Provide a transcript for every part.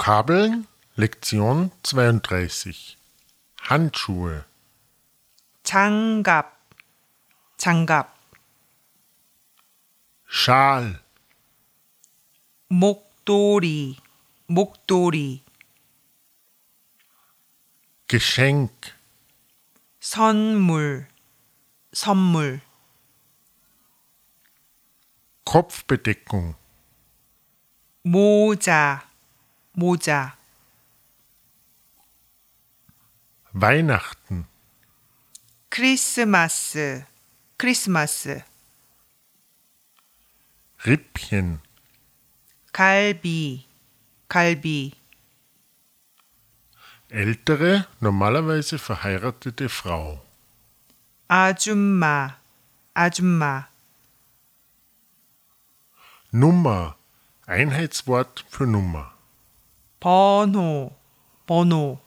Vokabeln Lektion 32 Handschuhe 장갑, 장갑, Schal 목도리, 목도리, Geschenk 선물, 선물, Kopfbedeckung 모자, 모자, Weihnachten 크리스마스, 크리스마스, Rippchen 갈비, 갈비, ältere normalerweise verheiratete Frau 아줌마, 아줌마, Nummer Einheitswort für Nummer 번호, 번호,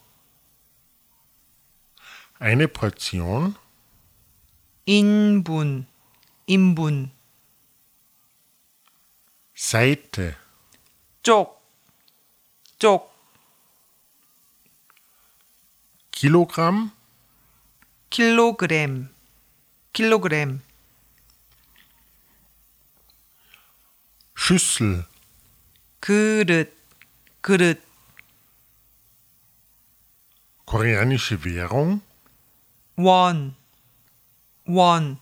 eine Portion 인분, 인분, Seite 쪽, 쪽, Kilogramm 킬로그램, 킬로그램, Schüssel 그릇, 그릇, koreanische Währung 원, 원,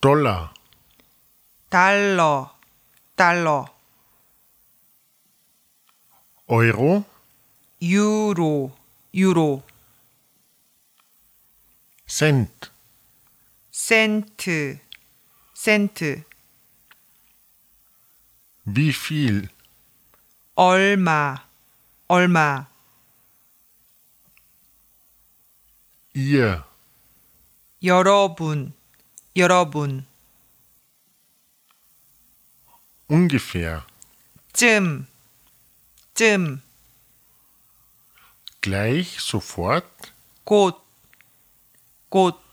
Dollar 달러, 달러, Euro 유로, 유로, Cent 센트, 센트, wie viel 얼마, 얼마, ihr 여러분, 여러분, ungefähr 쯤, 쯤, gleich sofort 곧, 곧,